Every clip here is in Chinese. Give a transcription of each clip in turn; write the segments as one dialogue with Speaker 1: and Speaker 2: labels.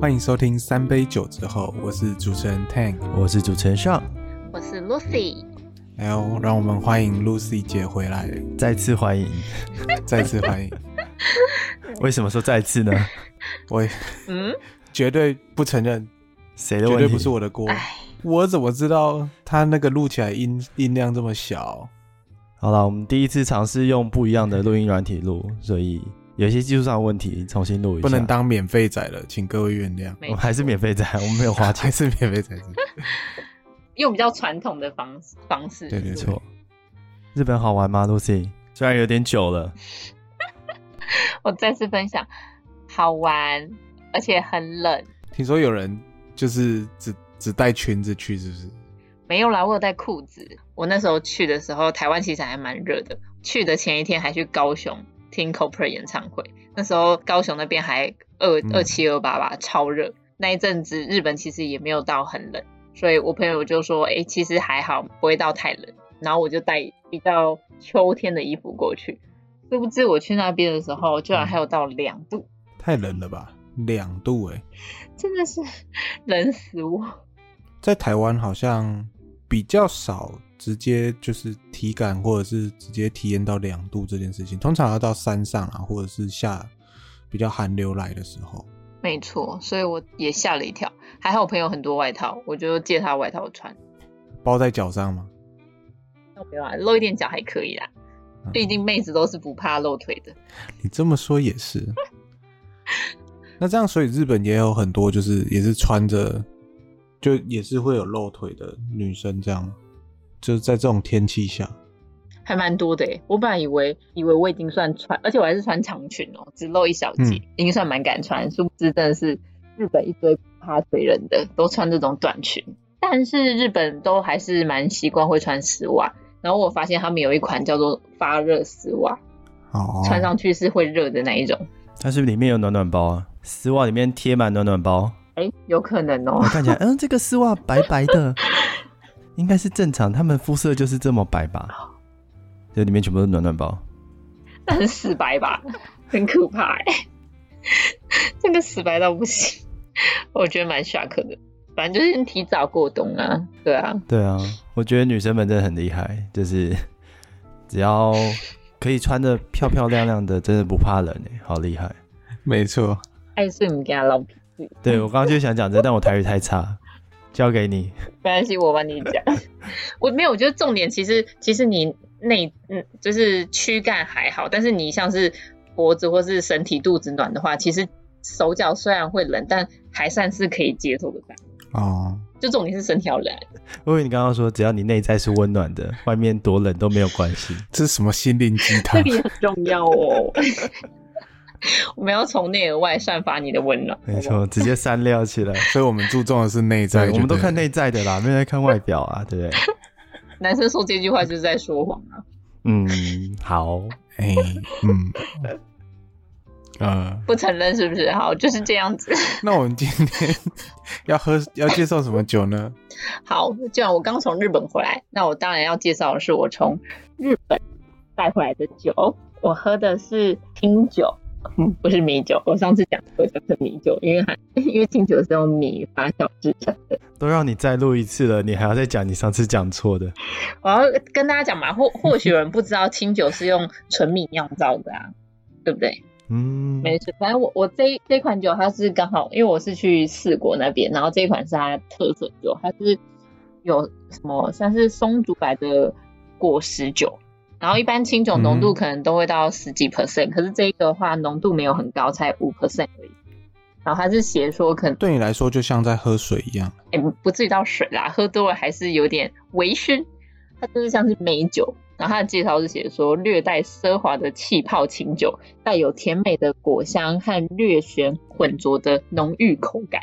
Speaker 1: 欢迎收听三杯酒之后，我是主持人 Tank。
Speaker 2: 我是主持人 Sean，
Speaker 3: 我是 Lucy，
Speaker 1: 哎呦，让我们欢迎 Lucy 姐回来，
Speaker 2: 再次欢 迎。
Speaker 1: 再次欢迎。
Speaker 2: 为什么说再次 呢？
Speaker 1: 我也
Speaker 3: 嗯，
Speaker 1: 绝对不承认，
Speaker 2: 谁的
Speaker 1: 绝
Speaker 2: 问
Speaker 1: 对
Speaker 2: 题？
Speaker 1: 不是我的锅。
Speaker 3: 哎，
Speaker 1: 我怎么知道他那个录起来音音量这么小？
Speaker 2: 好了，我们第一次尝试用不一样的录音软体录，所以有一些技术上的问题，重新录一下。
Speaker 1: 不能，当免费仔了，请各位原谅。
Speaker 2: 我
Speaker 3: 没
Speaker 2: 们还是免费在，我们没有花 钱。
Speaker 1: 还是免费仔是，
Speaker 3: 用比较传统的方式方式，
Speaker 1: 对对
Speaker 2: 没错。日本好玩吗，Lucy？虽然有点久了，
Speaker 3: 我再次分享，好玩，而且很冷。
Speaker 1: 听说有人就是只只带裙子去，是不是？
Speaker 3: 没有啦，我有带裤子。我那时候去的时候，台湾其实还蛮热的。去的前一天还去高雄听 c o p r a 演唱会，那时候高雄那边还二
Speaker 1: 嗯
Speaker 3: 二七二八吧，超热。那一阵子日本其实也没有到很冷，所以我朋友就说：“哎、其实还好，不会到太冷。”然后我就带比较秋天的衣服过去，殊不知我去那边的时候，居然还有到两度，
Speaker 1: 太冷了吧，两度哎、
Speaker 3: 真的是 冷死我。
Speaker 1: 在台湾好像比较少直接就是体感或者是直接体验到两度这件事情，通常要到山上啊，或者是下比较寒流来的时候。
Speaker 3: 没错，所以我也吓了一跳。还好我朋友很多外套，我就借他外套穿。
Speaker 1: 包在脚上嘛，
Speaker 3: 没有啊，露一点脚还可以啦，
Speaker 1: 嗯
Speaker 3: 毕竟妹子都是不怕露腿的。
Speaker 1: 你这么说也是。 那这样，所以日本也有很多就是也是穿着，就也是会有露腿的女生，这样吗，就是在这种天气下，
Speaker 3: 还蛮多的诶，欸我本来以为以为我已经算穿，而且我还是穿长裙哦、只露一小截，
Speaker 1: 嗯
Speaker 3: 已经算蛮敢穿。殊不知真的是日本一堆不怕腿人的都穿这种短裙，但是日本都还是蛮习惯会穿丝袜。然后我发现他们有一款叫做发热丝袜，
Speaker 1: 哦，
Speaker 3: 穿上去是会热的那一种。
Speaker 2: 它是不是里面有暖暖包啊？丝袜里面贴满暖暖包，
Speaker 3: 哎，有可能哦、
Speaker 2: 我看起来，嗯，这个丝袜白白 的，应该是正常，他们肤色就是这么白吧？这里面全部都是暖暖包。
Speaker 3: 那很死白吧，很可怕哎、这个死白到不行，我觉得蛮 shock 的。反正就是提早过冬啊，对啊，
Speaker 2: 对啊，我觉得女生们真的很厉害，就是 只要可以穿的漂漂亮亮的，真的不怕冷哎，好厉害！
Speaker 1: 没错，
Speaker 3: 爱睡不给他老皮，
Speaker 2: 对我刚刚就想讲这，但我台语太差，交给你。
Speaker 3: 没关系，我帮你讲。我没有，我觉得重点其实其实你内嗯就是躯干还好，但是你像是脖子或是身体肚子暖的话，其实手脚虽然会冷，但还算是可以接受的吧。
Speaker 1: 哦，
Speaker 3: 就重点是身体要冷，
Speaker 2: 因为你刚刚说，只要你内在是温暖的，外面多冷都没有关系。
Speaker 1: 这是什么心灵 鸡汤
Speaker 3: 这个？也很重要哦。 我们要从内而外散发你的温暖。
Speaker 2: 没错，直接删料起 来。
Speaker 1: 所以我们注重的是内在，
Speaker 2: 对，我们都
Speaker 1: 就对
Speaker 2: 看
Speaker 1: 了
Speaker 2: 内在的啦，没有在看外表啊，对不对？
Speaker 3: 男生说这句话就是在说谎啊，
Speaker 2: 嗯，好，
Speaker 1: 哎、嗯，呃，
Speaker 3: 不承认是不是？好，就是这样子。
Speaker 1: 那我们今天要喝要介绍什么酒呢？
Speaker 3: 好，既然我刚从日本回来，那我当然要介绍的是我从日本带回来的酒。我喝的是清酒，嗯，不是米酒。我上次讲过就是米酒，因为还 因为清酒是用米发酵制成的。
Speaker 2: 都让你再录一次了，你还要再讲你上次讲错的。
Speaker 3: 我要跟大家讲嘛，或或许有人不知道清酒是用纯米酿造的啊，对不对？
Speaker 2: 嗯，
Speaker 3: 没事，反正我我这一这款酒它是刚好，因为我是去四国那边，然后这一款是它特色酒，它是有什么像是松竹白的果实酒，然后一般清酒浓度可能都会到十几 percent，、可是这一个的话浓度没有很高，才五 percent 而已。然后它是写说可能
Speaker 1: 对你来说，就像在喝水一样。
Speaker 3: 诶哎不至于到水啦，喝多了还是有点微醺。它就是像是美酒，然后它的介绍是写说略带奢华的气泡清酒，带有甜美的果香和略显混浊的浓郁口感，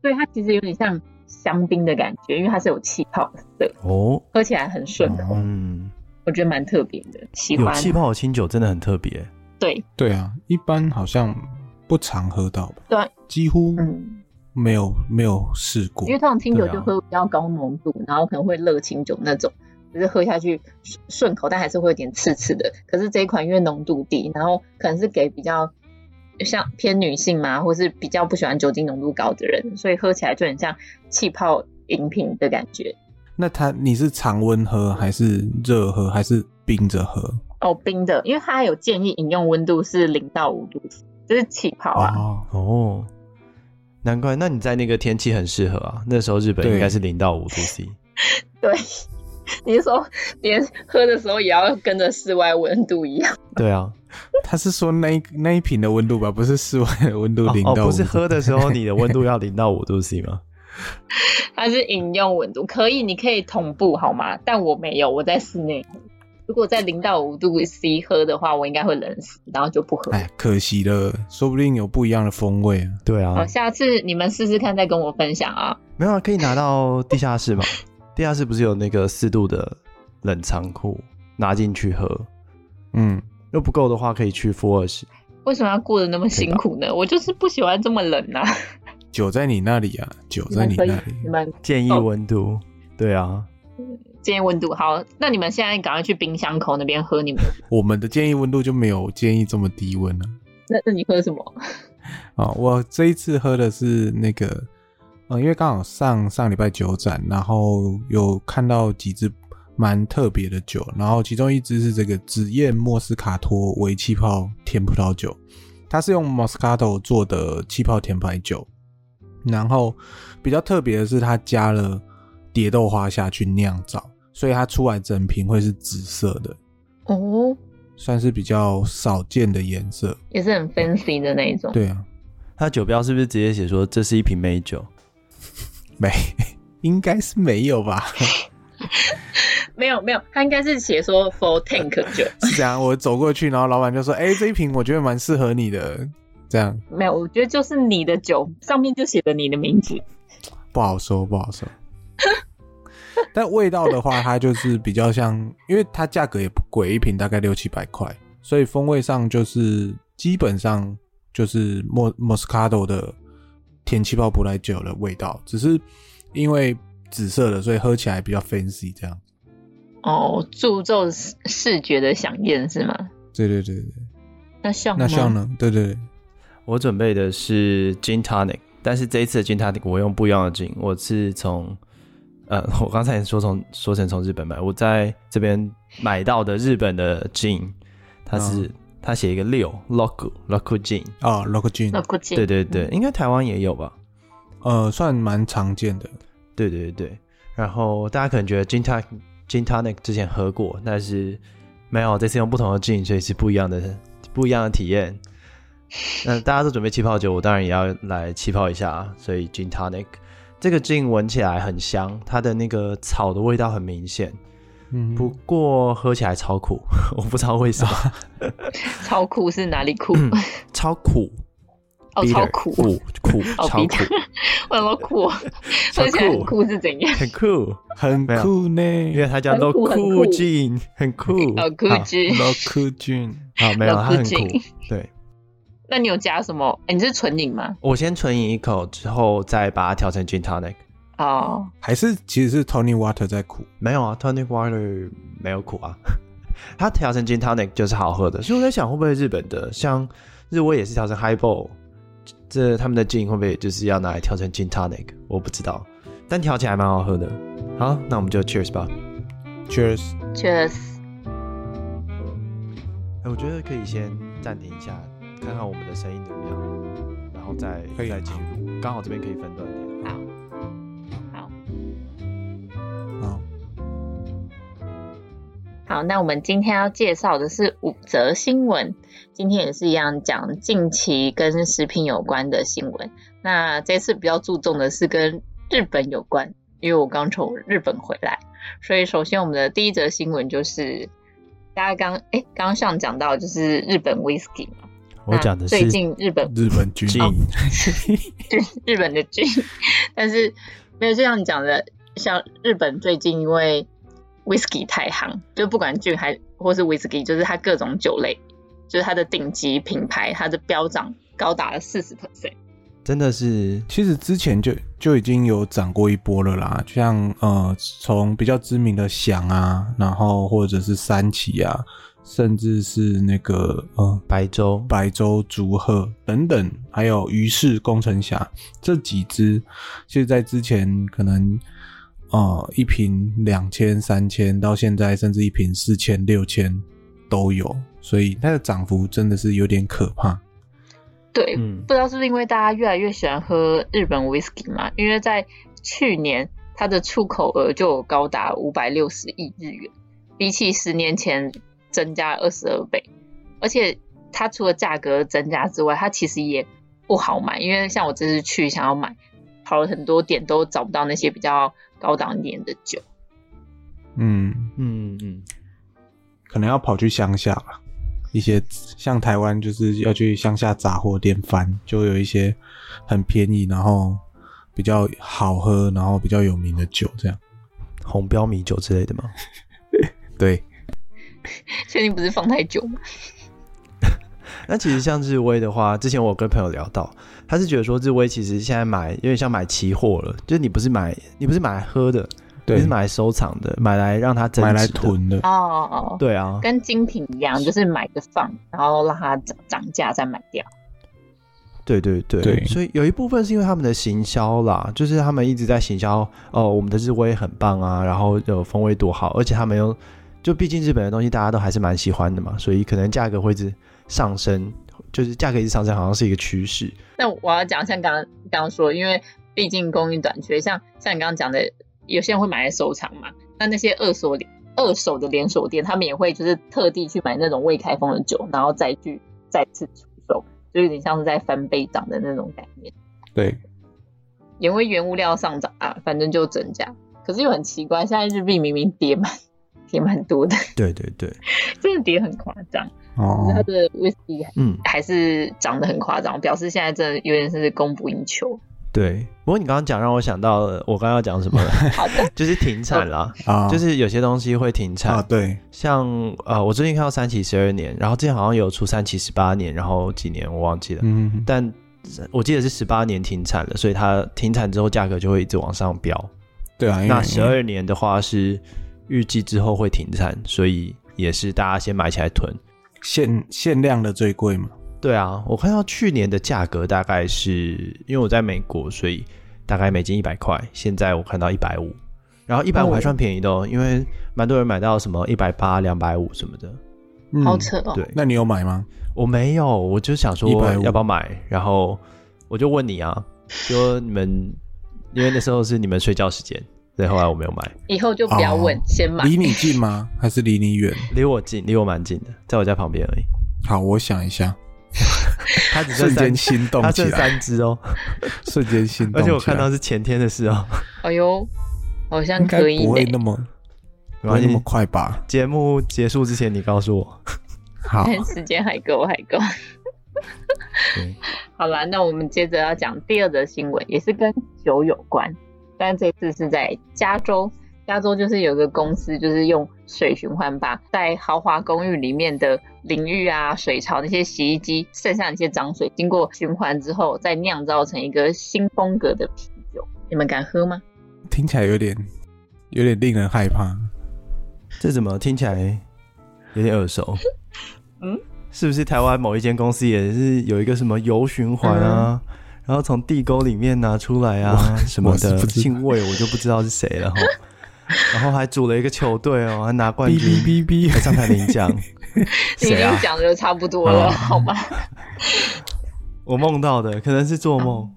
Speaker 3: 所以它其实有点像香槟的感觉，因为它是有气泡的，
Speaker 2: 哦，
Speaker 3: 喝起来很顺口，
Speaker 1: 哦
Speaker 2: 嗯，
Speaker 3: 我觉得蛮特别的，喜
Speaker 2: 有
Speaker 3: 欢。
Speaker 2: 气泡的清酒真的很特别。
Speaker 3: 对
Speaker 1: 对啊，一般好像不常喝到吧？
Speaker 3: 对啊，
Speaker 1: 几乎
Speaker 3: 嗯，
Speaker 1: 没有、没有试过
Speaker 3: 因。为通常清酒
Speaker 2: 对啊
Speaker 3: 就喝比较高浓度，然后可能会热清酒那种，就是喝下去顺顺口，但还是会有点刺刺的。可是这一款因为浓度低，然后可能是给比较像偏女性嘛，或是比较不喜欢酒精浓度高的人，所以喝起来就很像气泡饮品的感觉。
Speaker 1: 那它你是常温喝还是热喝还是冰着喝？
Speaker 3: 哦，冰的，因为它有建议饮用温度是零到五度，就是气泡啊。
Speaker 1: 哦，
Speaker 2: 哦，难怪，那你在那个天气很适合啊。那时候日本
Speaker 1: 对
Speaker 2: 应该是零到五度 C，
Speaker 3: 对，你是说连喝的时候也要跟着室外温度一样？
Speaker 2: 对啊，
Speaker 1: 他是说那一那一瓶的温度吧，不是室外的温度
Speaker 2: 哦
Speaker 1: 零
Speaker 2: 哦
Speaker 1: 到
Speaker 2: 不是
Speaker 1: 5度
Speaker 2: 喝的时候你的温度要零到五度 C 吗？
Speaker 3: 它是饮用温度，可以，你可以同步好吗？但我没有，我在室内。如果在零到五度 C 喝的话，我应该会冷死，然后就不喝。
Speaker 1: 哎，可惜了，说不定有不一样的风味啊。
Speaker 2: 对
Speaker 3: 好，
Speaker 2: 啊，
Speaker 3: 下次你们试试看，再跟我分享啊。
Speaker 2: 没有啊，可以拿到地下室嘛？ 地下室不是有那个四度的冷藏库，拿进去喝，
Speaker 1: 嗯，
Speaker 2: 又不够的话可以去负二十。
Speaker 3: 为什么要过得那么辛苦呢？我就是不喜欢这么冷啊！
Speaker 1: 酒在你那里啊，酒在你
Speaker 3: 你们可以
Speaker 1: 那里，
Speaker 3: 你们
Speaker 2: 建议温度，对啊，
Speaker 3: 建议温度好，那你们现在赶快去冰箱口那边喝你们。
Speaker 1: 我们的建议温度就没有建议这么低温了
Speaker 3: 那那你喝什么？
Speaker 1: 啊、我这一次喝的是那个，呃，因为刚好上上礼拜酒展，然后有看到几支蛮特别的酒，然后其中一支是这个紫燕莫斯卡托微气泡甜葡萄酒，它是用 Moscato 做的气泡甜白酒，然后比较特别的是它加了蝶豆花下去酿造，所以它出来整瓶会是紫色的，
Speaker 3: 哦，
Speaker 1: 算是比较少见的颜色。
Speaker 3: 也是很 fancy 的那一种。
Speaker 1: 对啊，
Speaker 2: 它酒标是不是直接写说这是一瓶美酒？
Speaker 1: 没， 应该是没有吧？
Speaker 3: 没有没有，他应该是写说 for tank 酒，
Speaker 1: 是这样，我走过去，然后老板就说：“哎、这一瓶我觉得蛮适合你的。”这样
Speaker 3: 没有，我觉得就是你的酒上面就写着你的名字。
Speaker 1: 不好说，不好说。但味道的话，它就是比较像，因为它价格也不贵，一瓶大概六七百块，所以风味上就是基本上就是莫莫斯卡托的甜气泡葡萄酒的味道，只是因为紫色的，所以喝起来比较 fancy 这样。
Speaker 3: 哦，注重视视觉的响艳是吗？
Speaker 1: 对对对对，
Speaker 3: 那像
Speaker 1: 那
Speaker 3: 吗？
Speaker 1: 像呢？对对对，
Speaker 2: 我准备的是 gin tonic，但是这一次的 gin tonic 我用不一样的 gin，我是从呃， 我刚才也说从说成从日本买，我在这边买到的日本的 gin，它是、它写一个六 loku loku gin，
Speaker 1: 哦 l o c k Gin，
Speaker 3: 那估计
Speaker 2: 对对对，应该台湾也有吧？
Speaker 1: 呃，算蛮常见的。
Speaker 2: 对对对，然后大家可能觉得 gin tonic gin tonic 之前喝过，但是没有这次用不同的 gin，所以是不一样的不一样的体验。那大家都准备气泡酒，我当然也要来气泡一下，所以 gin tonic 这个 gin 闻起来很香，它的那个草的味道很明显，
Speaker 1: 嗯，
Speaker 2: 不过喝起来超苦， 我不知道为什么
Speaker 3: 哦超酷是哪里酷？
Speaker 2: 嗯超苦，
Speaker 3: 哦，
Speaker 2: bitter，
Speaker 3: 超酷，
Speaker 2: 苦苦
Speaker 3: 哦
Speaker 2: 超苦，
Speaker 3: bitter 为什么酷？
Speaker 2: 超
Speaker 3: 喝起来很
Speaker 2: 酷，
Speaker 3: 酷是怎样？
Speaker 2: 很酷，
Speaker 1: 很
Speaker 2: 没有
Speaker 1: 酷呢。
Speaker 2: 因为它叫
Speaker 3: 很酷
Speaker 2: low
Speaker 3: 很酷
Speaker 2: cool gin，很酷，
Speaker 3: 哦酷
Speaker 2: 好
Speaker 3: gin
Speaker 1: l o c k Gin，
Speaker 2: 啊，没有，它很
Speaker 3: Local
Speaker 2: 苦
Speaker 3: gin。
Speaker 2: 对，
Speaker 3: 那你有加什么？哎，你是纯饮吗？
Speaker 2: 我先纯饮一口，之后再把它调成 gin tonic。
Speaker 3: 哦，
Speaker 1: 还是其实是 Tony Water 在苦。
Speaker 2: 没有啊，tonic water 没有苦啊， 它调成 gin tonic 就是好喝的。所以我在想，会不会日本的像日威也是调成 highball，这他们的 gin 会不会就是要拿来调成 gin tonic？我不知道，但调起来蛮好喝的。好，那我们就 cheers 吧。
Speaker 1: Cheers，
Speaker 3: 确实，
Speaker 2: 哎，我觉得可以先暂停一下，看看我们的声音怎么样，然后再
Speaker 1: 可以啊
Speaker 2: 再继续录。刚好这边可以分段点。
Speaker 3: 好，好，
Speaker 1: 好，
Speaker 3: 好。那我们今天要介绍的是五则新闻，今天也是一样讲近期跟食品有关的新闻。那这次比较注重的是跟日本有关，因为我刚从日本回来，所以首先我们的第一则新闻就是大家刚哎刚刚上讲到就是日本 whisky 嘛，
Speaker 2: 我讲的
Speaker 3: 那
Speaker 2: 是
Speaker 3: 最近日本
Speaker 1: 日本军
Speaker 2: gin，
Speaker 3: 日本的剧，但是没有就像你讲的，像日本最近因为 whisky 太行，就不管剧还或是 whisky，就是它各种酒类，就是它的顶级品牌，它的飙涨高达了四十 percent。
Speaker 2: 真的是
Speaker 1: 其实之前就就已经有涨过一波了啦，就像呃，从比较知名的响啊，然后或者是三旗啊，甚至是那个呃
Speaker 2: 白粥，
Speaker 1: 白粥、竹鹤等等，还有鱼氏、工程侠这几支，是在之前可能呃一瓶两千、三千，到现在甚至一瓶四千、六千都有，所以它的涨幅真的是有点可怕。
Speaker 3: 对，
Speaker 2: 嗯
Speaker 3: 不知道是不是因为大家越来越喜欢喝日本 whisky 嘛？因为在去年，它的出口额就有高达五百六十亿日元，比起十年前增加二十二倍。而且它除了价格增加之外，它其实也不好买，因为像我这次去想要买，跑了很多店都找不到那些比较高档一点的酒。
Speaker 1: 嗯，
Speaker 2: 嗯嗯，
Speaker 1: 可能要跑去乡下吧，一些像台湾就是要去乡下杂货店翻，就有一些很便宜，然后比较好喝，然后比较有名的酒这样。
Speaker 2: 红标米酒之类的嘛。
Speaker 1: 对，
Speaker 3: 确定不是放太久吗？
Speaker 2: 那其实像日威的话，之前我有跟朋友聊到，他是觉得说日威其实现在买有点像买期货了，就是你不是买你不是买来喝的，你
Speaker 1: 对
Speaker 2: 是，买来收藏的，买来让它增值
Speaker 1: 买来
Speaker 2: 的。
Speaker 1: 囤的。
Speaker 3: 哦哦，哦，
Speaker 2: 对啊，
Speaker 3: 跟精品一样，就是买个放，然后让它涨涨价再买掉。
Speaker 2: 对对对，
Speaker 1: 对
Speaker 2: 所以有一部分是因为他们的行销啦，就是他们一直在行销哦，我们的日威很棒啊，然后有风味多好，而且他们又就毕竟日本的东西大家都还是蛮喜欢的嘛，所以可能价格会一直上升，就是价格一直上升好像是一个趋势。
Speaker 3: 那我要讲，像刚刚刚刚说，因为毕竟供应短缺，像像你刚刚讲的，有些人会买来收藏嘛。那那些二手连二手的连锁店，他们也会就是特地去买那种未开封的酒，然后再去再次出售，就有点像是在翻倍涨的那种概念。
Speaker 1: 对，
Speaker 3: 因为原物料上涨啊，反正就增加。可是又很奇怪，现在日币明明跌蛮跌蛮多的，
Speaker 2: 对对对，
Speaker 3: 真的跌很夸张。可是它
Speaker 1: 哦，
Speaker 3: 的 whisky
Speaker 2: 嗯，
Speaker 3: 还是涨得很夸张，表示现在真的有点是供不应求。
Speaker 2: 对。不过你刚刚讲让我想到了我刚刚要讲什么了，
Speaker 3: 好的。
Speaker 2: 就是停产啦，
Speaker 1: 啊，
Speaker 2: 就是有些东西会停产。
Speaker 1: 啊，对，
Speaker 2: 像呃，我最近看到三期十二年，然后之前好像有出三期十八年，然后几年我忘记了。
Speaker 1: 嗯，
Speaker 2: 但我记得是十八年停产了，所以它停产之后价格就会一直往上飙。
Speaker 1: 对啊，因为
Speaker 2: 那十二年的话是预计之后会停产，所以也是大家先买起来囤。
Speaker 1: 限限量的最贵嘛，
Speaker 2: 对啊，我看到去年的价格大概是因为我在美国，所以大概美金一百块，现在我看到一百五，然后一百五
Speaker 3: 哦
Speaker 2: 还算便宜的哦，因为蛮多人买到什么一百八、两百五什么的。
Speaker 1: 嗯
Speaker 3: 好扯哦。
Speaker 2: 对，
Speaker 1: 那你有买吗？
Speaker 2: 我没有，我就想说
Speaker 1: 150
Speaker 2: 要不要买，然后我就问你啊，就你们因为那时候是你们睡觉时间，所以后来我没有买，
Speaker 3: 以后就不要问，
Speaker 1: 哦
Speaker 3: 先买。
Speaker 1: 离你近吗？还是离你远？
Speaker 2: 离我近，离我蛮近的，在我家旁边而已。
Speaker 1: 好，我想一 下，
Speaker 2: 它只剩
Speaker 1: 瞬
Speaker 2: 三
Speaker 1: 间，心动
Speaker 2: 它
Speaker 1: 起
Speaker 2: 剩
Speaker 1: 来，
Speaker 2: 三只哦，
Speaker 1: 瞬间心动
Speaker 2: 而
Speaker 1: 起
Speaker 2: 且
Speaker 1: 来。
Speaker 2: 我看到是前天的事哦。
Speaker 3: 哎呦，好像
Speaker 1: 应该
Speaker 3: 可以
Speaker 1: 不会那
Speaker 3: 呢。
Speaker 1: 么不
Speaker 2: 没关
Speaker 1: 会
Speaker 2: 系
Speaker 1: 那么快吧？
Speaker 2: 节目结束之前你告诉我。
Speaker 1: 好，
Speaker 3: 但 时间还够，还够。
Speaker 2: 对，
Speaker 3: 好啦，那我们接着要讲第二则新闻，也是跟酒有关，但这次是在加州。加州就是有个公司，就是用水循环把在豪华公寓里面的淋浴啊、水槽那些洗衣机剩下那些脏水，经过循环之后，再酿造成一个新风格的啤酒。你们敢喝吗？
Speaker 1: 听起来有点有点令人害怕。
Speaker 2: 这怎么听起来有点 耳熟？
Speaker 3: 嗯，
Speaker 2: 是不是台湾某一间公司也是有一个什么油循环啊？然后从地沟里面拿出来啊 什
Speaker 1: 嗯
Speaker 2: 么
Speaker 1: 我
Speaker 2: 的
Speaker 1: 是不知道
Speaker 2: 姓魏，我就不知道是谁 了哈。然后还组了一个球队哦，还拿冠
Speaker 1: 哔
Speaker 2: 军，
Speaker 1: 哔哔
Speaker 2: 还
Speaker 1: 哔，
Speaker 2: 上台领奖。
Speaker 3: 已经
Speaker 2: 谁 啊？
Speaker 3: 讲的差不多了，
Speaker 2: 哦
Speaker 3: 好吗？
Speaker 2: 我梦到的，可能是做梦。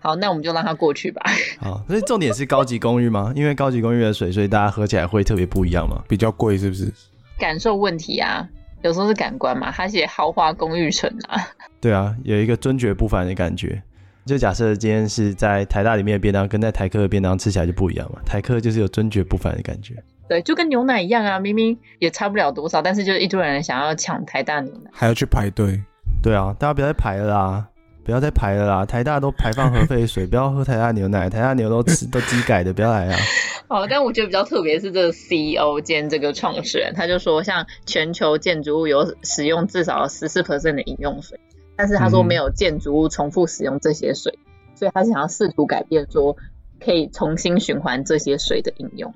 Speaker 3: 好，那我们就让它过去吧。
Speaker 1: 哦
Speaker 2: 好，所以重点是高级公寓吗？因为高级公寓的水，所以大家喝起来会特别不一样嘛。
Speaker 1: 比较贵是不是？
Speaker 3: 感受问题啊，有时候是感官嘛。他写豪华公寓城啊，
Speaker 2: 对啊，有一个尊爵不凡的感觉。就假设今天是在台大里面的便当，跟在台科的便当吃起来就不一样嘛。台科就是有尊爵不凡的感觉。
Speaker 3: 对，就跟牛奶一样啊，明明也差不了多少，但是就一堆人想要抢台大牛奶。
Speaker 1: 还要去排队？
Speaker 2: 对啊，大家不要再排了啦，不要再排了啦。台大都排放核废水， 不要喝台大牛奶，台大牛都吃都鸡改的，不要来啊。
Speaker 3: 哦，但我觉得比较特别是这个 CEO 兼这个创始人，他就说，像全球建筑物有使用至少十四 percent 的饮用水，但是他说
Speaker 1: 嗯
Speaker 3: 没有建筑物重复使用这些水，所以他想要试图改变说。可以重新循环这些水的应用，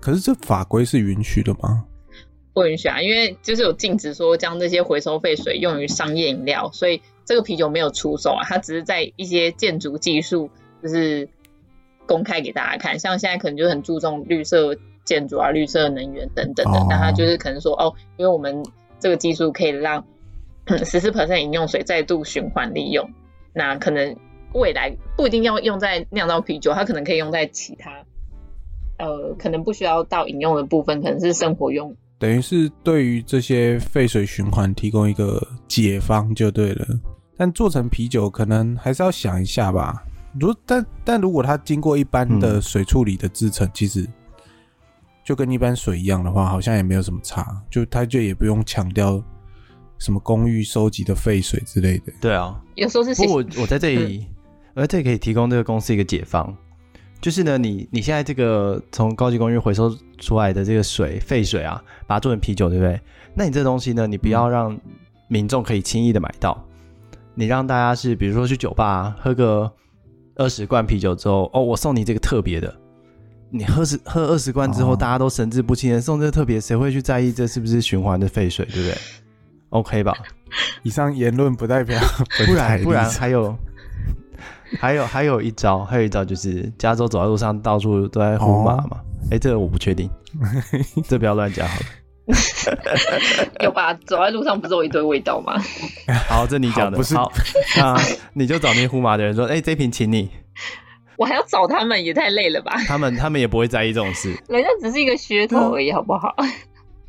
Speaker 1: 可是这法规是允许的吗？
Speaker 3: 不允许啊，因为就是有禁止说将这些回收废水用于商业饮料，所以这个啤酒没有出售啊，它只是在一些建筑技术就是公开给大家看，像现在可能就很注重绿色建筑啊、绿色能源等等
Speaker 1: 哦
Speaker 3: 的，但它就是可能说哦，因为我们这个技术可以让嗯十四 percent 饮用水再度循环利用，那可能未来不一定要用在酿造啤酒，它可能可以用在其他。呃，可能不需要到饮用的部分，可能是生活用
Speaker 1: 等于是对于这些废水循环提供一个解方就对了。但做成啤酒可能还是要想一下吧。如但但如果它经过一般的水处理的制成，其实就跟一般水一样的话，好像也没有什么差。就它就也不用强调什么公寓收集的废水之类的。
Speaker 2: 对啊，
Speaker 3: 有时候是
Speaker 2: 不
Speaker 3: 写嗯
Speaker 2: 过我我在这里，我在这里可以提供这个公司一个解放，就是呢，你你现在这个从高级公寓回收出来的这个水废水啊，把它做成啤酒，对不对？那你这东西呢，你不要让民众可以轻易的买到，你让大家是比如说去酒吧、啊喝个二十罐啤酒之后，哦，我送你这个特别的。你喝十喝二十罐之后，
Speaker 1: 哦
Speaker 2: 大家都神志不清的，送这个特别，谁会去在意这是不是循环的废水，对不对？OK 吧？
Speaker 1: 以上言论 不代表
Speaker 2: 不
Speaker 1: 本台
Speaker 2: 然
Speaker 1: 立
Speaker 2: 不然
Speaker 1: 场
Speaker 2: 还有还有还有一招，还有一招就是加州走在路上到处都在呼马
Speaker 1: 哦
Speaker 2: 嘛。哎、这个我 不确定，这不要乱讲好了。
Speaker 3: 有吧？走在路上不是有一堆味道吗？
Speaker 2: 好，这你讲
Speaker 1: 好
Speaker 2: 的
Speaker 1: 不是
Speaker 2: 好，那你就找那呼马的人说，哎、这瓶请你。
Speaker 3: 我还要找他们，也太累了吧？
Speaker 2: 他们他们也不会在意这种事。
Speaker 3: 人家只是一个噱头而已，好不好？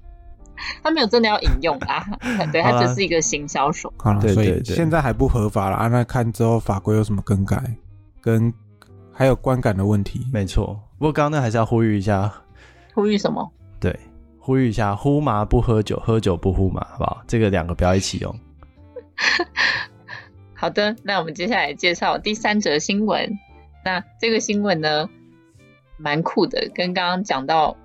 Speaker 3: 他没有真的要引用啦， 对，
Speaker 2: 好
Speaker 3: 他
Speaker 2: 啦
Speaker 3: 只是一个行销手。
Speaker 1: 好了，
Speaker 2: 对
Speaker 1: 所
Speaker 2: 对
Speaker 1: 以
Speaker 2: 对
Speaker 1: 现在还不合法了啊。那看之后法规有什么更改，跟还有观感的问题。
Speaker 2: 没错，不过刚刚那还是要呼吁一下，
Speaker 3: 呼吁什么？
Speaker 2: 对，呼吁一下，呼麻不喝酒，喝酒不呼麻，好不好？这个两个不要一起用。
Speaker 3: 好的，那我们接下来介绍第三则新闻。那这个新闻呢，蛮酷的，跟刚刚讲到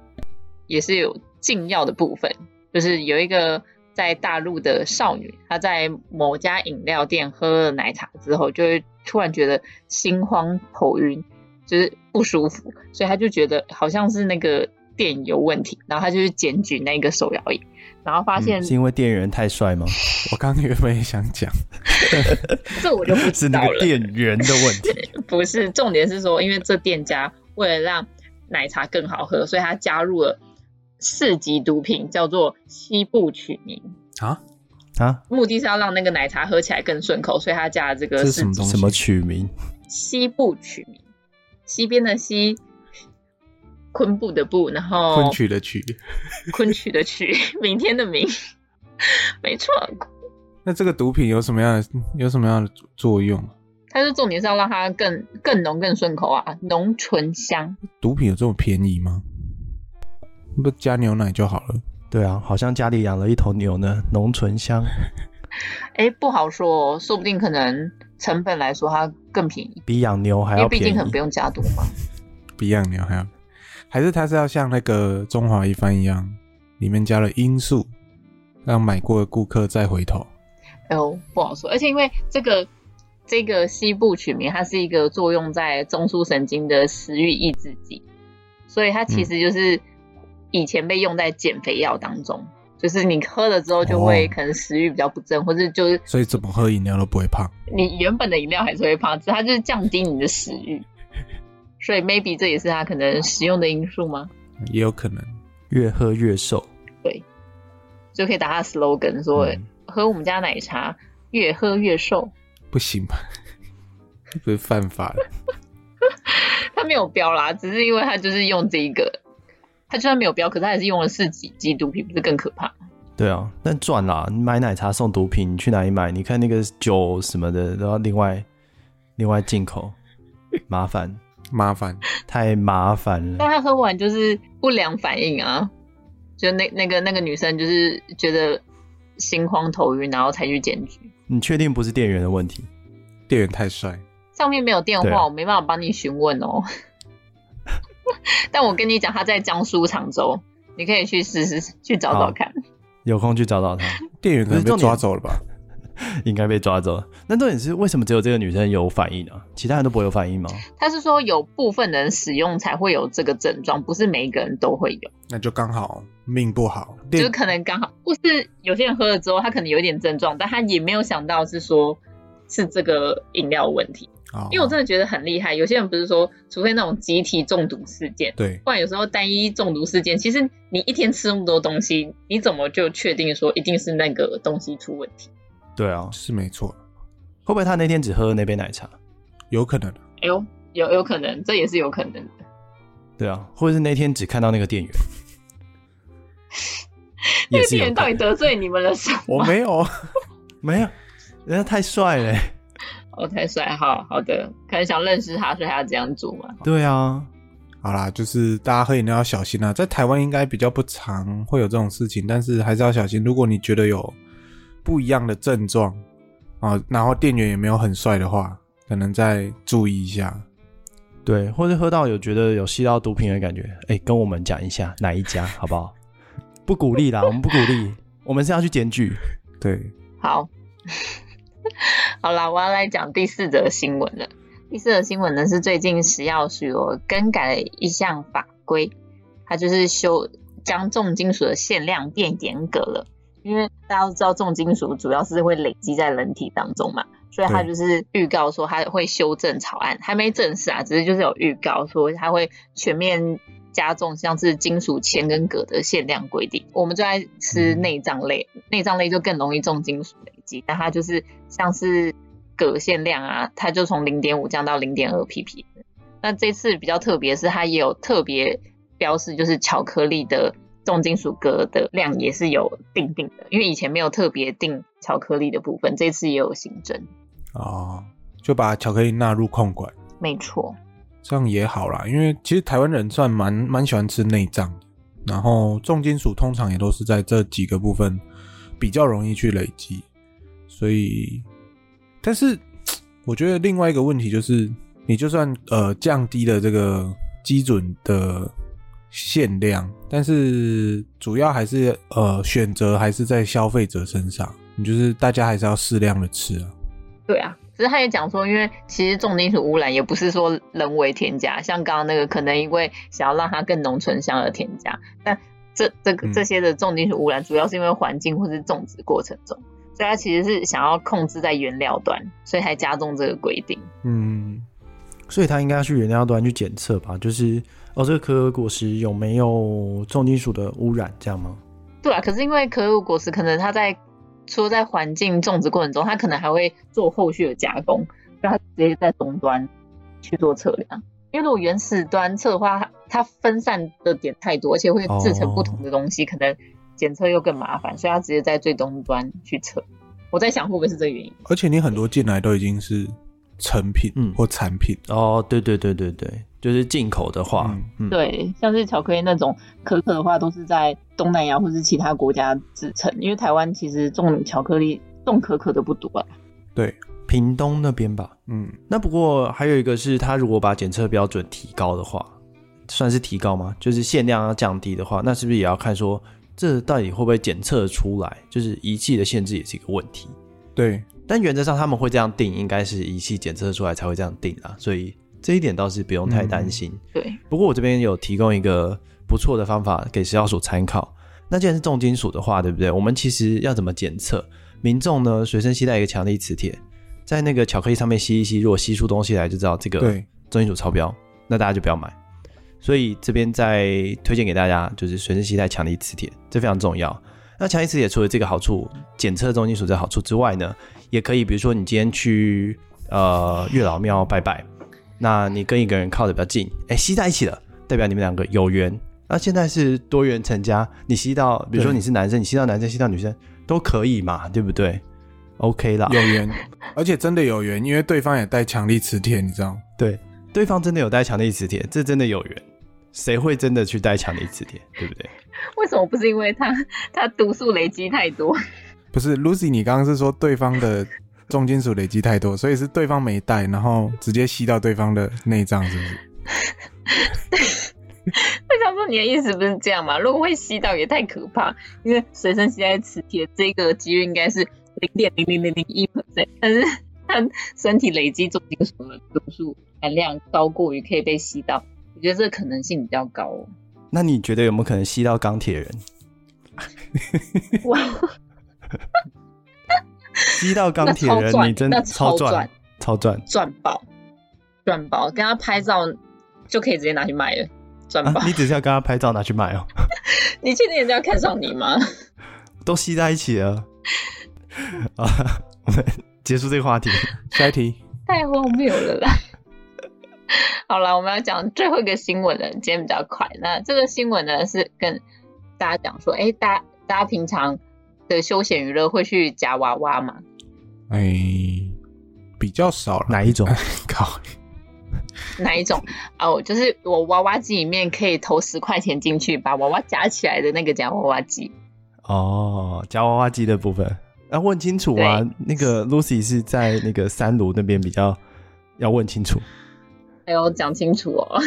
Speaker 3: 也是有禁药的部分，就是有一个在大陆的少女，她在某家饮料店喝了奶茶之后，就会突然觉得心慌头晕，就是不舒服，所以她就觉得好像是那个店有问题，然后她就去检举那个手摇椅，然后发现、
Speaker 2: 嗯是因为店员太帅吗？
Speaker 1: 我刚刚原本也想讲，
Speaker 3: 这我就不
Speaker 2: 是
Speaker 3: 知道
Speaker 2: 那
Speaker 3: 了
Speaker 2: 个。店员的问题。
Speaker 3: 不是，重点是说，因为这店家为了让奶茶更好喝，所以他加入了四级毒品，叫做西部曲宁，
Speaker 1: 啊，
Speaker 2: 啊，
Speaker 3: 目的是要让那个奶茶喝起来更顺口，所以他加了这个
Speaker 1: 这是
Speaker 3: 四
Speaker 1: 什么
Speaker 3: 级
Speaker 1: 东西？
Speaker 2: 什么取名？
Speaker 3: 西部曲宁，西边的西，昆布的布，然后
Speaker 1: 昆曲的曲？
Speaker 3: 昆曲的曲，明天的明， 没错，
Speaker 1: 那这个毒品有什么样的有什么样的作用？
Speaker 3: 它是重点是要让它更更浓更顺口啊，浓醇香。
Speaker 1: 毒品有这么便宜吗？不加牛奶就好了。
Speaker 2: 对啊，好像家里养了一头牛呢，浓醇 香。
Speaker 3: 哎，不好说、哦，说不定可能成本来说它更便宜，
Speaker 2: 比养牛还
Speaker 3: 因
Speaker 2: 要
Speaker 3: 为毕
Speaker 2: 便
Speaker 3: 竟可能不
Speaker 2: 宜。
Speaker 3: 用加多嘛。
Speaker 1: 比养牛还要，还是它是要像那个中华一番一样，里面加了罂粟，让买过的顾客再回头。
Speaker 3: 哎呦，不好说。而且因为这个这个西部曲名，它是一个作用在中枢神经的食欲抑制剂，所以它
Speaker 2: 嗯
Speaker 3: 其实就是以前被用在减肥药当中，就是你喝了之后就会
Speaker 1: 哦
Speaker 3: 可能食欲比较不振，或是就是
Speaker 1: 所以怎么喝饮料都不会胖。
Speaker 3: 你原本的饮料还是会胖，只是它就是降低你的食欲。所以 maybe 这也是它可能使用的因素吗？
Speaker 1: 也有可能，
Speaker 2: 越喝越瘦，
Speaker 3: 就可以打他 slogan 说、
Speaker 2: 嗯
Speaker 3: 喝我们家奶茶越喝越瘦。
Speaker 1: 不行吧？ 这是犯法的。
Speaker 3: 他没有标啦，只是因为他就是用这一个，他就算没有标，可是他还是用了四级级毒品，不是更可怕？
Speaker 2: 对啊，但赚啦！你买奶茶送毒品，你去哪里买？你看那个酒什么的，然后另外另外进 口，麻烦，
Speaker 1: 麻烦，
Speaker 2: 太麻烦
Speaker 3: 但
Speaker 2: 了。
Speaker 3: 他喝完就是不良反应啊，就那那个那个女生就是觉得心慌头晕，然后才去检举。
Speaker 2: 你确定不是店员的问题？
Speaker 1: 店员太帅，
Speaker 3: 上面没有电
Speaker 2: 对
Speaker 3: 话，
Speaker 2: 啊
Speaker 3: 我没办法帮你询问哦。 但我跟你讲，他在江苏常州，你可以去试试去找找
Speaker 2: 好
Speaker 3: 看。
Speaker 2: 有空去找找他。
Speaker 1: 店员可能被抓走了吧？
Speaker 2: 应该被抓走了。那重点是为什么只有这个女生有反应啊？其他人都不会有反应吗？
Speaker 3: 他是说有部分人使用才会有这个症状，不是每一个人都会有，
Speaker 1: 那就刚好命不好，
Speaker 3: 就是可能刚好，或是有些人喝了之后，他可能有一点症状，但他也没有想到是说是这个饮料问题。
Speaker 1: 哦
Speaker 3: 因为我真的觉得很厉害，有些人不是说，除非那种集体中毒事件，
Speaker 1: 对
Speaker 3: 不然有时候单一中毒事件，其实你一天吃那么多东西，你怎么就确定说一定是那个东西出问题？
Speaker 2: 对啊，
Speaker 1: 是没错，
Speaker 2: 会不会他那天只喝了那杯奶茶？
Speaker 1: 有可能
Speaker 3: 哎呦，有有可能，这也是有可能的。
Speaker 2: 对啊，或者是那天只看到那个 店员，
Speaker 3: 那
Speaker 2: 也
Speaker 3: 个
Speaker 2: 是
Speaker 3: 店
Speaker 2: 有
Speaker 3: 员到
Speaker 2: 可
Speaker 3: 底
Speaker 2: 能
Speaker 3: 得罪你们了什
Speaker 1: 我
Speaker 3: 么？
Speaker 1: 没有，
Speaker 2: 没有，人家太帅了欸、
Speaker 3: 我哦太帅，好好的，可能想认识他，所以他要这样做嘛。
Speaker 2: 对啊，
Speaker 1: 好啦，就是大家喝饮料要小心啊啦、在台湾应该比较不常会有这种事情，但是还是要小心。如果你觉得有不一样的症状啊，然后店员也没有很帅的话，可能再注意一下。
Speaker 2: 对，或者喝到有觉得有吸到毒品的感觉，哎、跟我们讲一下哪一家好不好？ 不鼓励啦，我们不鼓励，我们是要去检举。
Speaker 1: 对，
Speaker 3: 好， 好啦，我要来讲第四则新闻了。第四则新闻呢是最近食药署有更改了一项法规，它就是修将重金属的限量变严格了。因为大家都知道重金属主要是会累积在人体当中嘛，所以它
Speaker 1: 对
Speaker 3: 就是预告说它会修正草案，还没正式啊，只是就是有预告说它会全面加重像是金属铅跟铬的限量规定。我们最爱吃
Speaker 1: 嗯
Speaker 3: 内脏类，内脏类就更容易重金属累积，但它就是像是铬限量啊，它就从零点五降到零点二 pp。那这次比较特别是它也有特别标示，就是巧克力的重金属铬的量也是有定定的，因为以前没有特别定巧克力的部分，这次也有新增。
Speaker 1: 哦，就把巧克力纳入控管，
Speaker 3: 没错，
Speaker 1: 这样也好啦。因为其实台湾人算蛮蛮喜欢吃内脏的，然后重金属通常也都是在这几个部分比较容易去累积，所以，但是我觉得另外一个问题就是，你就算呃降低了这个基准的限量，但是主要还是呃选择还是在消费者身上，你就是大家还是要适量的吃啊。
Speaker 3: 对啊。只是他也讲说，因为其实重金属污染也不是说人为添加，像刚刚那个可能因为想要让它更浓醇香而添加，但这这个
Speaker 1: 嗯
Speaker 3: 这些的重金属污染主要是因为环境或是种植过程中，所以它其实是想要控制在原料端，所以才加重这个规定。
Speaker 1: 嗯，
Speaker 2: 所以他应该要去原料端去检测吧，就是哦，这个可可果实有没有重金属的污染，这样吗？
Speaker 3: 对啊，可是因为可可果实可能它在除了在环境种植过程中，它可能还会做后续的加工，所以它直接在终端去做测量。因为如果原始端测的话，它分散的点太多，而且会制成不同的东西，可能检测又更麻烦，所以它直接在最终端去测。我在想会不会是这个原因？
Speaker 1: 而且你很多进来都已经是成品
Speaker 2: 嗯
Speaker 1: 或产品，
Speaker 2: 哦，对对对对对，就是进口的话，嗯，
Speaker 3: 对，像是巧克力那种可可的话，都是在东南亚或是其他国家制成，因为台湾其实种巧克力、种可可的不多啊。
Speaker 1: 对，
Speaker 2: 屏东那边吧。
Speaker 1: 嗯，
Speaker 2: 那不过还有一个是，他如果把检测标准提高的话，算是提高吗？就是限量要降低的话，那是不是也要看说这到底会不会检测出来？就是仪器的限制也是一个问题。
Speaker 1: 对，
Speaker 2: 但原则上他们会这样定，应该是仪器检测出来才会这样定啊，所以这一点倒是不用太担心。
Speaker 3: 对，
Speaker 2: 不过我这边有提供一个不错的方法给食药署参考。那既然是重金属的话，对不对？我们其实要怎么检测？民众呢随身携带一个强力磁铁，在那个巧克力上面吸一吸，如果吸出东西来，就知道这个
Speaker 1: 对，
Speaker 2: 重金属超标，那大家就不要买。所以这边再推荐给大家，就是随身携带强力磁铁，这非常重要。那强力磁铁除了这个好处，检测重金属这好处之外呢，也可以，比如说你今天去呃月老庙拜拜，那你跟一个人靠的比较近，哎，吸在一起了，代表你们两个有缘。那现在是多元成家，你吸到，比如说
Speaker 1: 对
Speaker 2: 你是男生，你吸到男生，吸到女生都可以嘛，对不对？OK 啦，
Speaker 1: 有缘，而且真的有缘，因为对方也带强力磁铁，你知道吗？
Speaker 2: 对，对方真的有带强力磁铁，这真的有缘。谁会真的去带强力磁铁，对不对？
Speaker 3: 为什么不是因为他他毒素累积太多？
Speaker 1: 不是，Lucy，你刚刚是说对方的重金属累积太多，所以是对方没带，然后直接吸到对方的内脏，是不 是？
Speaker 3: 我想说你的意思不是这样嘛？如果会吸到也太可怕，因为随身携带磁铁这个几率应该是零点零零零零一 percent，但是 它身体累积重金属的毒素含量高过于可以被吸到，我觉得这个可能性比较高哦。
Speaker 2: 那你觉得有没有可能吸到钢铁人？
Speaker 3: 哇，
Speaker 2: 吸到钢铁
Speaker 3: 那超
Speaker 2: 人，
Speaker 3: 赚
Speaker 2: 你真
Speaker 3: 那
Speaker 2: 的
Speaker 3: 超
Speaker 2: 赚
Speaker 3: 赚，
Speaker 2: 超赚
Speaker 3: 赚爆，赚爆，跟他拍照就可以直接拿去卖了，赚
Speaker 2: 啊
Speaker 3: 爆！！
Speaker 2: 你只是要跟他拍照拿去买哦，
Speaker 3: 你确定人家看上你吗？
Speaker 2: 都吸在一起 了。啊，我们结束这个话题。
Speaker 1: 下一题，
Speaker 3: 太荒谬了啦！好了，我们要讲最后一个新闻了，今天比较快。那这个新闻呢是跟大家讲说，哎、大大家平常的休闲娱乐会去夹娃娃吗？
Speaker 1: 哎、比较少了。
Speaker 4: 哪一种？
Speaker 1: 靠，
Speaker 3: 哪一种？哦，就是我娃娃机里面可以投十块钱进去，把娃娃夹起来的那个夹娃娃机。
Speaker 2: 哦，夹娃娃机的部分要问清楚啊。那个 Lucy 是在那个三卢那边比较要问清楚，
Speaker 3: 哎呦，讲清楚哦。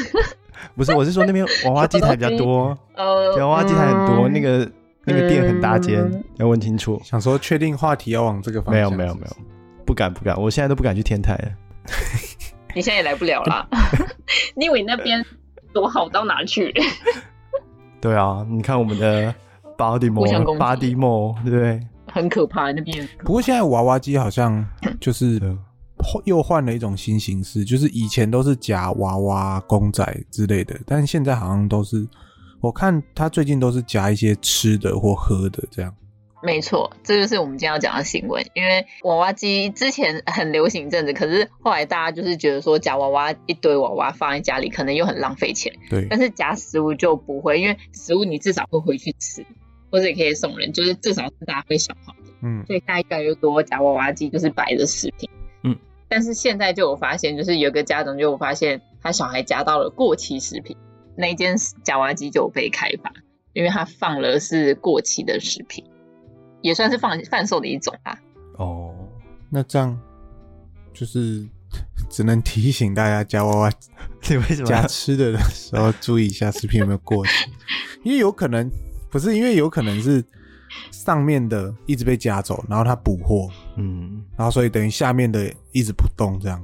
Speaker 2: 不是，我是说 那边娃娃机台比较多，
Speaker 3: 呃，
Speaker 2: 娃娃机台很多，那个那个店很大间
Speaker 3: 嗯，
Speaker 2: 要问清 楚。
Speaker 1: 想说确定话题要往这个方
Speaker 2: 没有
Speaker 1: 向？
Speaker 2: 没有没有，不敢不敢，我现在都不敢去天台了。
Speaker 3: 你现在也来不了 啦。 你以为那边多好到哪去？
Speaker 2: 对啊，你看我们 的 Body
Speaker 3: 互相攻
Speaker 2: Mo
Speaker 3: 击
Speaker 2: Body Mo，对不对？
Speaker 3: 很可怕，那边
Speaker 1: 不过现在娃娃机好像就是
Speaker 2: 对
Speaker 1: 换又换了一种新形式，就是以前都是夹娃娃、公仔之类的，但是现在好像都是，我看他最近都是夹一些吃的或喝的这样。
Speaker 3: 没错，这就是我们今天要讲的新闻。因为娃娃机之前很流行一阵子，可是后来大家就是觉得说夹娃娃一堆娃娃放在家里，可能又很浪费钱。
Speaker 1: 对，
Speaker 3: 但是夹食物就不会，因为食物你至少会回去吃，或者也可以送人，就是至少是大家会消耗的。
Speaker 1: 嗯，
Speaker 3: 所以现在越来越多夹娃娃机就是摆的食品。
Speaker 2: 嗯，
Speaker 3: 但是现在就有发现，就是有个家长就有发现他小孩夹到了过期食品，那一间夹娃娃机就有被开发，因为他放了是过期的食品，也算是放贩售的一种吧。
Speaker 2: 哦，
Speaker 1: 那这样就是 只能提醒大家夹娃娃
Speaker 2: 你为什么
Speaker 1: 夹
Speaker 2: 要？
Speaker 1: 吃的的时候注意一下食品有没有过期，因为有可能不是，因为有可能是上面的一直被夹走，然后它补货，
Speaker 2: 嗯，
Speaker 1: 然后所以等于下面的一直不动这样。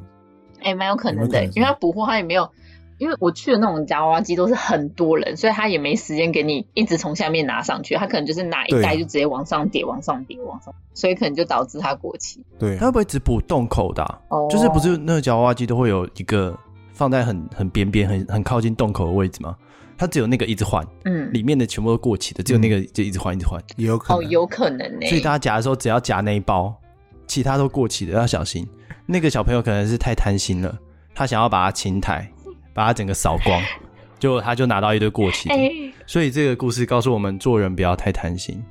Speaker 3: 哎、蛮有可
Speaker 1: 有
Speaker 3: 能
Speaker 1: 没有可
Speaker 3: 的，
Speaker 1: 能是
Speaker 3: 因为他补货他也没有，因为我去的那种夹娃娃机都是很多人，所以他也没时间给你一直从下面拿上去，他可能就是拿一
Speaker 1: 对啊
Speaker 3: 袋就直接往上叠，往上叠，往上叠，所以可能就导致它过期。
Speaker 1: 对、
Speaker 2: 它
Speaker 1: 啊
Speaker 2: 会，不会只补洞口的啊、
Speaker 3: 哦
Speaker 2: 就是不是那个夹娃娃机都会有一个放在很很边边、很很靠近洞口的位置吗？它只有那个一直换，
Speaker 3: 嗯，
Speaker 2: 里面的全部都过期的，只有那个就一直换一直换。
Speaker 1: 也有可能。
Speaker 3: 哦，有可能呢、
Speaker 2: 所以大家夹的时候只要夹那一包，其他都过期的要小心。那个小朋友可能是太贪心了，他想要把它清台，把它整个扫光，结果他就拿到一堆过期的。
Speaker 3: 哎、
Speaker 2: 所以这个故事告诉我们，做人不要太贪心。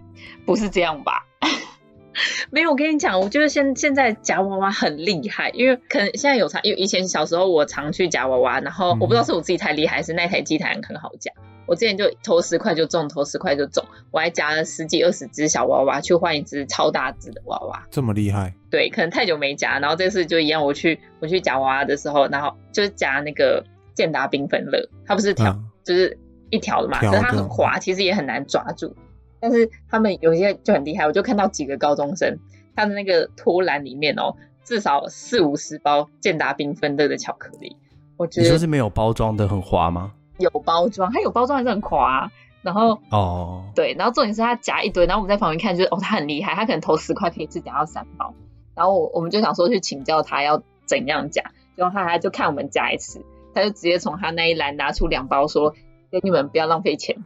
Speaker 3: 不是这样吧？ 没有，我跟你讲，我觉得现现在夹娃娃很厉害，因为可能现在有常，因为以前小时候我常去夹娃娃，然后
Speaker 1: 嗯
Speaker 3: 我不知道是我自己太厉害，还是那台机台很好夹。我之前就投十块就中，投十块就中，我还夹了十几二十只小娃娃去换一只超大只的娃娃。
Speaker 1: 这么厉害，
Speaker 3: 对，可能太久没夹，然后这次就一样，我去我去夹娃娃的时候，然后就是夹那个健达缤纷乐，它不是条、
Speaker 1: 嗯
Speaker 3: 就是一条的嘛，
Speaker 1: 条
Speaker 3: 可
Speaker 1: 的
Speaker 3: 是它很滑，其实也很难抓住。但是他们有些就很厉害，我就看到几个高中生，他的那个拖篮里面哦，至少四五十包健达缤纷乐的巧克力，我觉
Speaker 2: 你说
Speaker 3: 得
Speaker 2: 是没有包装的很滑吗？
Speaker 3: 有包装，它有包装还是很滑啊、然后
Speaker 2: 哦，
Speaker 3: 对，然后重点是他夹一堆，然后我们在旁边看，就是哦，他很厉害，他可能投十块可以一次夹到三包，然后我我们就想说去请教他要怎样夹，结果他他就看我们夹一次，他就直接从他那一篮拿出两包说，给你们不要浪费钱，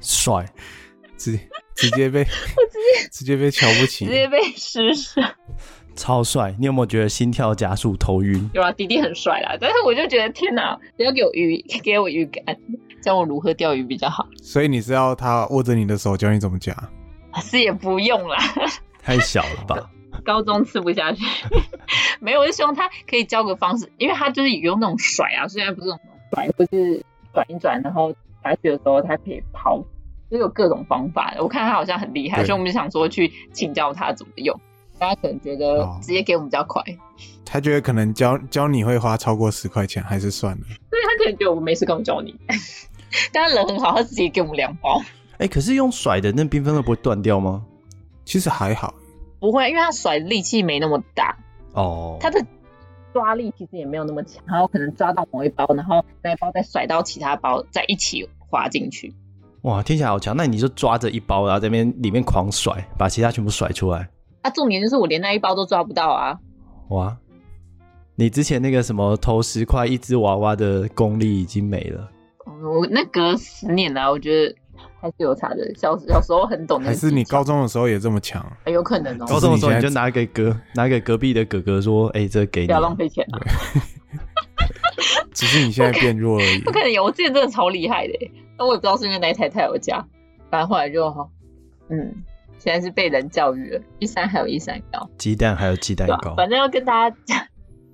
Speaker 2: 帅，
Speaker 1: 直直接被直接被瞧不起
Speaker 3: 直。接被施舍。
Speaker 2: 超帅！你有没有觉得心跳加速、头晕？
Speaker 3: 有啊，弟弟很帅啦，但是我就觉得天哪，不要给我鱼，给我鱼竿，教我如何钓鱼比较好，
Speaker 1: 所以你知道他握着你的手教你怎么夹，
Speaker 3: 是也不用啦。
Speaker 2: 太小了吧？
Speaker 3: 高中吃不下去， 没有，我就希望他可以教个方式，因为他就是有那种甩啊，虽然不是那种甩，或是转一转，然后打雪的时候他可以抛，就是有各种方法的。我看他好像很厉害，
Speaker 1: 对
Speaker 3: 所以我们就想说去请教他怎么用。大家可能觉得
Speaker 1: 哦
Speaker 3: 直接给我们比较快，
Speaker 1: 他觉得可能教教你会花超过十块钱，还是算了。
Speaker 3: 所以他可能觉得我们没事跟我教你。 但他人很好，他自己给我们两包。
Speaker 2: 哎、可是用甩的那缤纷乐不会断掉吗？
Speaker 1: 其实还好，
Speaker 3: 不会，因为它甩的力气没那么大，
Speaker 2: 哦，
Speaker 3: 它的抓力其实也没有那么强，然后可能抓到某一包，然后那一包再甩到其他包，再一起滑进去。
Speaker 2: 哇，听起来好强！那你就抓着一包，然后在那边里面狂甩，把其他全部甩出来。
Speaker 3: 啊，重点就是我连那一包都抓不到啊！
Speaker 2: 哇，你之前那个什么投十块一只娃娃的功力已经没了。
Speaker 3: 哦我那隔十年来、我觉得还是有差的。小小时候很懂那
Speaker 1: 还
Speaker 3: 个技巧，
Speaker 1: 是你高中的时候也这么强？
Speaker 3: 哎有可能哦、
Speaker 2: 高中的时候你就拿给隔拿给隔壁的哥哥说：“哎、这给
Speaker 3: 不
Speaker 2: 你
Speaker 3: 要。浪费钱啊！
Speaker 1: 只是你现在变弱而已
Speaker 3: 不。可能有，我之前真的超厉害的欸，那我也不知道是因为哪一台太我家，反正后来就好，嗯，现在是被人教育了，一山还有一山高，”
Speaker 2: 鸡蛋还有鸡蛋
Speaker 3: 对吧、
Speaker 2: 糕，
Speaker 3: 反正要跟大家讲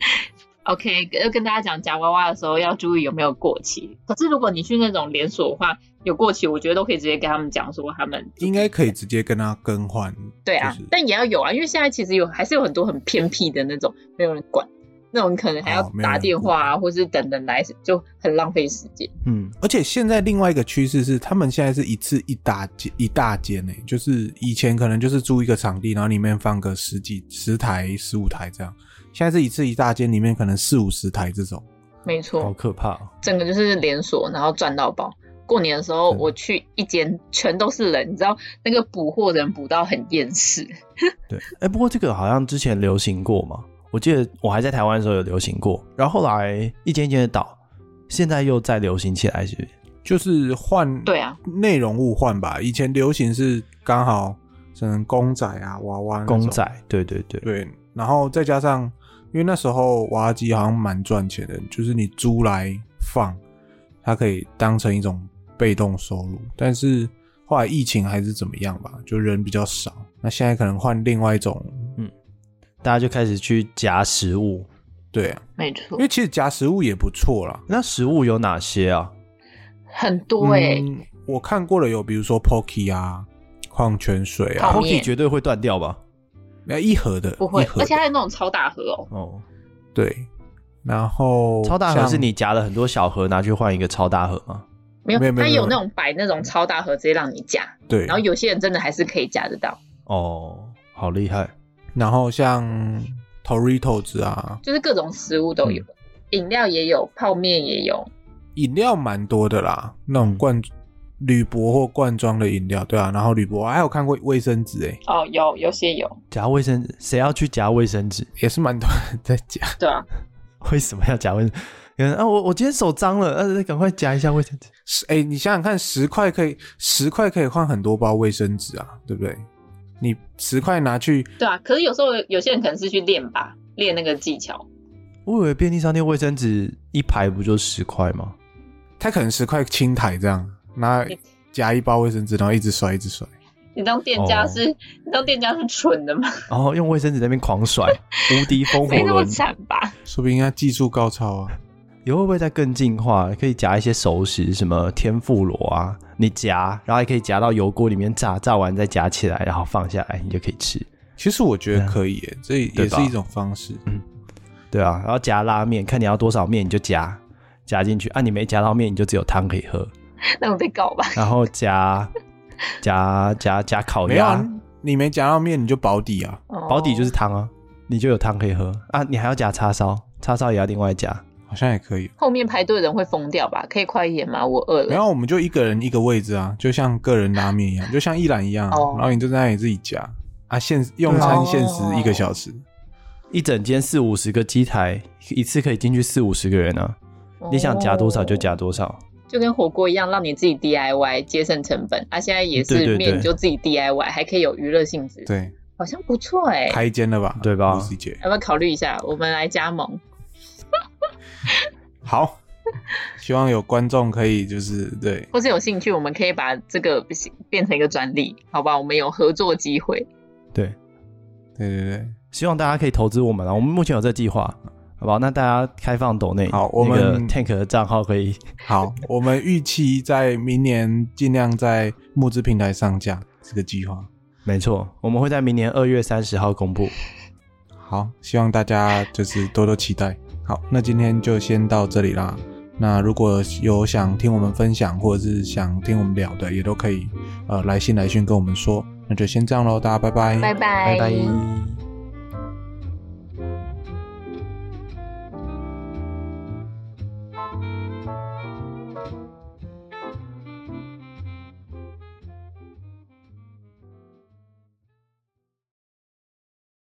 Speaker 3: ，OK，要跟大家讲夹娃娃的时候要注意有没有过期。可是如果你去那种连锁的话，有过期，我觉得都可以直接跟他们讲说他们
Speaker 1: 应该可以直接跟他更换。
Speaker 3: 对啊，
Speaker 1: 就是
Speaker 3: 但也要有啊，因为现在其实有还是有很多很偏僻的那种，没有人管，那种可能还要
Speaker 1: 哦没有人
Speaker 3: 打电话啊，
Speaker 1: 管
Speaker 3: 或是等等来，就很浪费时间。
Speaker 2: 嗯，
Speaker 1: 而且现在另外一个趋势是，他们现在是一次一大间一大间呢、欸就是以前可能就是租一个场地，然后里面放个十几十台、十五台这样，现在是一次一大间，里面可能四五十台这种。
Speaker 3: 没错，
Speaker 2: 好可怕、哦。
Speaker 3: 整个就是连锁，然后赚到爆。过年的时候，
Speaker 2: 嗯
Speaker 3: 我去一间全都是人，你知道那个补货人补到很厌世。
Speaker 2: 对，哎、不过这个好像之前流行过嘛，我记得我还在台湾的时候有流行过，然后后来一间一间的倒，现在又再流行起来，是不是？
Speaker 1: 就是换
Speaker 3: 对啊，
Speaker 1: 内容物换吧。以前流行是刚好可能公仔啊、娃娃那种
Speaker 2: 公仔，对对对，
Speaker 1: 对，然后再加上因为那时候娃娃机好像蛮赚钱的，就是你租来放，它可以当成一种被动收入。但是后来疫情还是怎么样吧，就人比较少，那现在可能换另外一种，
Speaker 2: 大家就开始去夹食物。
Speaker 1: 对啊，
Speaker 3: 没
Speaker 1: 因
Speaker 3: 错
Speaker 1: 为，其实夹食物也不错啦。
Speaker 2: 那食物有哪些啊？
Speaker 3: 很多哎、
Speaker 1: 嗯，我看过的有比如说 Pocky 啊、矿泉水啊，
Speaker 3: 泡
Speaker 2: Pocky
Speaker 3: 面
Speaker 2: 绝对会断掉吧？
Speaker 1: 那一盒的，
Speaker 3: 哦不会
Speaker 1: 一，盒
Speaker 3: 而且
Speaker 1: 的
Speaker 3: 还有那种超大盒哦，
Speaker 2: 哦，
Speaker 1: 对。然后
Speaker 2: 超大盒
Speaker 1: 像
Speaker 2: 是你夹了很多小盒拿去换一个超大盒吗？
Speaker 3: 没有，
Speaker 1: 没有没有
Speaker 3: 它
Speaker 1: 没有
Speaker 3: 有那种摆那种超大盒直接让你夹，
Speaker 1: 对，
Speaker 3: 然后有些人真的还是可以夹得到，
Speaker 2: 哦，好厉害！
Speaker 1: 然后像 Toritos 啊，
Speaker 3: 就是各种食物都有，
Speaker 2: 嗯
Speaker 3: 饮料也有，泡面也有，
Speaker 1: 饮料蛮多的啦，那
Speaker 2: 嗯
Speaker 1: 种罐铝箔或罐装的饮料，对啊，然后铝箔还有看过卫生纸、欸，哎，
Speaker 3: 哦，有有些有，
Speaker 2: 夹卫生，谁要去夹卫生纸？
Speaker 1: 也是蛮多 人在讲。
Speaker 3: 对啊，
Speaker 2: 为什么要夹卫生？有人啊，我我今天手脏了，呃、赶快夹一下卫生纸。
Speaker 1: 是，哎、你想想看，十块可以十块可以换很多包卫生纸啊，对不对？你十块拿去，
Speaker 3: 对啊。可是有时候有有些人可能是去练吧，练那个技巧，
Speaker 2: 我以为便利商店卫生纸一排不就十块吗？
Speaker 1: 他可能十块清台这样，拿夹一包卫生纸，然后一直甩，一直甩。
Speaker 3: 你当店家
Speaker 2: 哦
Speaker 3: 是、你当店家是蠢的吗？
Speaker 2: 然后用卫生纸在那边狂甩，无敌风火
Speaker 3: 没那么
Speaker 2: 轮。
Speaker 3: 惨吧？
Speaker 1: 说不定他技术高超啊，
Speaker 2: 以后会不会再更进化？可以夹一些熟食，什么天妇罗啊，你夹，然后还可以夹到油锅里面炸，炸完再夹起来，然后放下来，你就可以吃。
Speaker 1: 其实我觉得可以、欸，这也
Speaker 2: 啊对吧嗯
Speaker 1: 是一种方式。
Speaker 2: 对啊，然后夹拉面，看你要多少面你就夹，夹进去啊，你没夹到面你就只有汤可以喝，
Speaker 3: 那我被告吧。
Speaker 2: 然后夹夹夹夹烤
Speaker 1: 没有、
Speaker 2: 鸭
Speaker 1: 啊，，你没夹到面你就保底啊。
Speaker 3: 哦
Speaker 2: 保底就是
Speaker 3: 是
Speaker 2: 汤啊，你就有汤可以喝啊，你还要夹叉烧，叉烧也要另外夹。
Speaker 1: 好像也可以。啊
Speaker 3: 后面排队的人会疯掉吧？可以快一点吗？我饿
Speaker 1: 然
Speaker 3: 了。
Speaker 1: 后我们就一个人一个位置啊，就像个人拉面一 样，就像一览一样啊、
Speaker 3: 哦
Speaker 1: 然后你就在那里自己夹啊，限用餐
Speaker 3: 哦
Speaker 1: 限时一个小时，
Speaker 2: 一整间四五十个机台，一次可以进去四五十个人啊！你想夹多少就夹
Speaker 3: 哦，
Speaker 2: 多少，
Speaker 3: 就跟火锅一样，让你自己 DIY 节省成本。啊，现在也
Speaker 2: 对
Speaker 3: 是
Speaker 2: 对
Speaker 3: 面
Speaker 2: 对
Speaker 3: 你就自己 DIY，还可以有娱乐性质，
Speaker 1: 对，
Speaker 3: 好像不错哎、
Speaker 1: 开间了吧？
Speaker 2: 对吧
Speaker 1: 吴师姐，
Speaker 3: 要不要考虑一下？我们来加盟。
Speaker 1: 好， 希望有观众可以就是对，
Speaker 3: 或是有兴趣，我们可以把这个变成一个专利，好吧？我们有合作机会。
Speaker 2: 对，
Speaker 1: 对对对，
Speaker 2: 希望大家可以投资我们啊！我们目前有这计划，好不好？那大家开放抖内，
Speaker 1: 好我
Speaker 2: 那个
Speaker 1: 们
Speaker 2: Tank 的账号可以，
Speaker 1: 好， 我们预期在明年尽量在募资平台上架这个计划。
Speaker 2: 没错，我们会在明年二月三十号公布。
Speaker 1: 好，希望大家就是多多期待。好，那今天就先到这里啦。那如果有想听我们分享，或者是想听我们聊的，也都可以呃来信来讯跟我们说。
Speaker 5: 那就先这样喽，大家拜拜，
Speaker 1: 拜拜
Speaker 3: 拜拜。